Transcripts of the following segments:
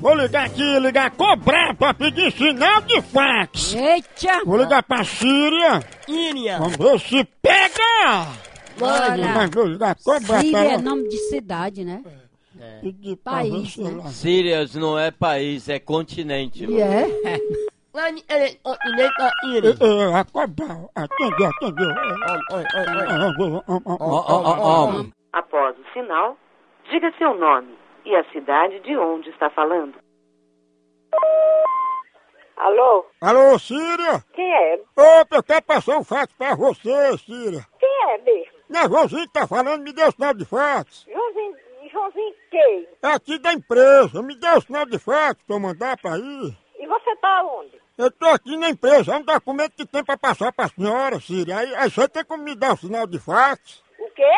vou ligar aqui, ligar cobrar pra pedir sinal de fax. Eita! Vou ligar pra Síria, Íria. vamos ver se pega! Bora! Mas vou ligar cobrar pra Síria é ela nome de cidade, né? pedir pra ver País, se né? ela- Sirius não é país, é continente. E é? Lá em ele- ó, em ele- ó, Íria. Ê, ê, A cobrar, atendeu, atendeu. É, Ó, ó, ó, ó. é, vou- ó, ó, ó. Ó, ó, ó, ó. Após o sinal, diga seu nome e a cidade de onde está falando. Alô? Alô, Síria? Quem é? Opa, eu quero passar um fax pra você, Síria. Quem é mesmo? Não, Joãozinho que tá falando, me deu sinal de fax. Joãozinho, Joãozinho quem? É aqui da empresa, me deu sinal de fax pra eu mandar pra ir. E você tá onde? Eu tô aqui na empresa, é um documento que tem pra passar pra senhora, Síria. Aí, aí você tem como me dar o sinal de fax? O quê?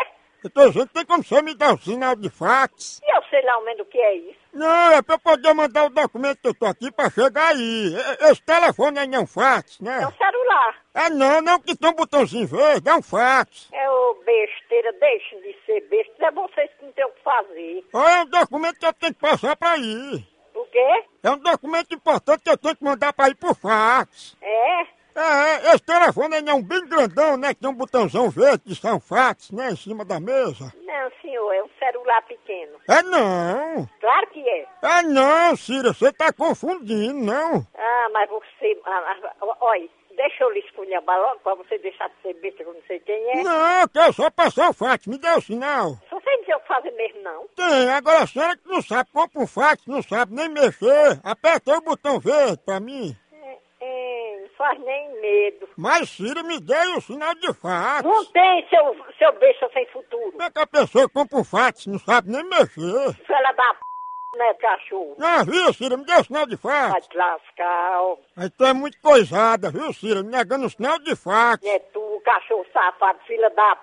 Eu tô dizendo, tem como você me dar o sinal de fax? E eu sei lá ao menos o que é isso. Não, é pra eu poder mandar o documento que eu tô aqui pra chegar aí. E- Esse telefone aí não é um fax, É um né? celular. É não, não, que tem um botãozinho verde, é um fax. É ô besteira, deixem de ser besta. É vocês que não tem o que fazer. Ou é um documento que eu tenho que passar pra ir. O quê? É um documento importante que eu tenho que mandar pra ir por fax. É? É, esse telefone aí é um bem grandão, né? Que tem um botãozão verde que são fax, né? Em cima da mesa. Não, senhor, é um celular pequeno. É não. Claro que é. É não, Cira, você tá confundindo, não. Ah, mas você. ah, ah, ah, Olha, deixa eu lhe esculhambar logo pra você deixar de ser besta que eu não sei quem é. Não, eu quero só passar o fax, me dê o sinal. Só sei dizer o que fazer mesmo, não. Tem, agora a senhora que não sabe, compra um fax, não sabe nem mexer. Aperta aí o botão verde pra mim. É, é, não faz nem medo. Mas, Cira, me dê o sinal de fax. Não tem seu, seu besta sem futuro. Como é que a pessoa compra um fax, não sabe nem mexer? Fela da p, né, cachorro? Não, viu, Cira, me dê o sinal de fax. Vai te lascar, ó. Aí tu é muito coisada, viu, Cira? Me negando o sinal de fax. É tu, cachorro safado, filha da p.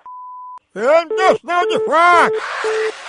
Ei, me dê o sinal de fax!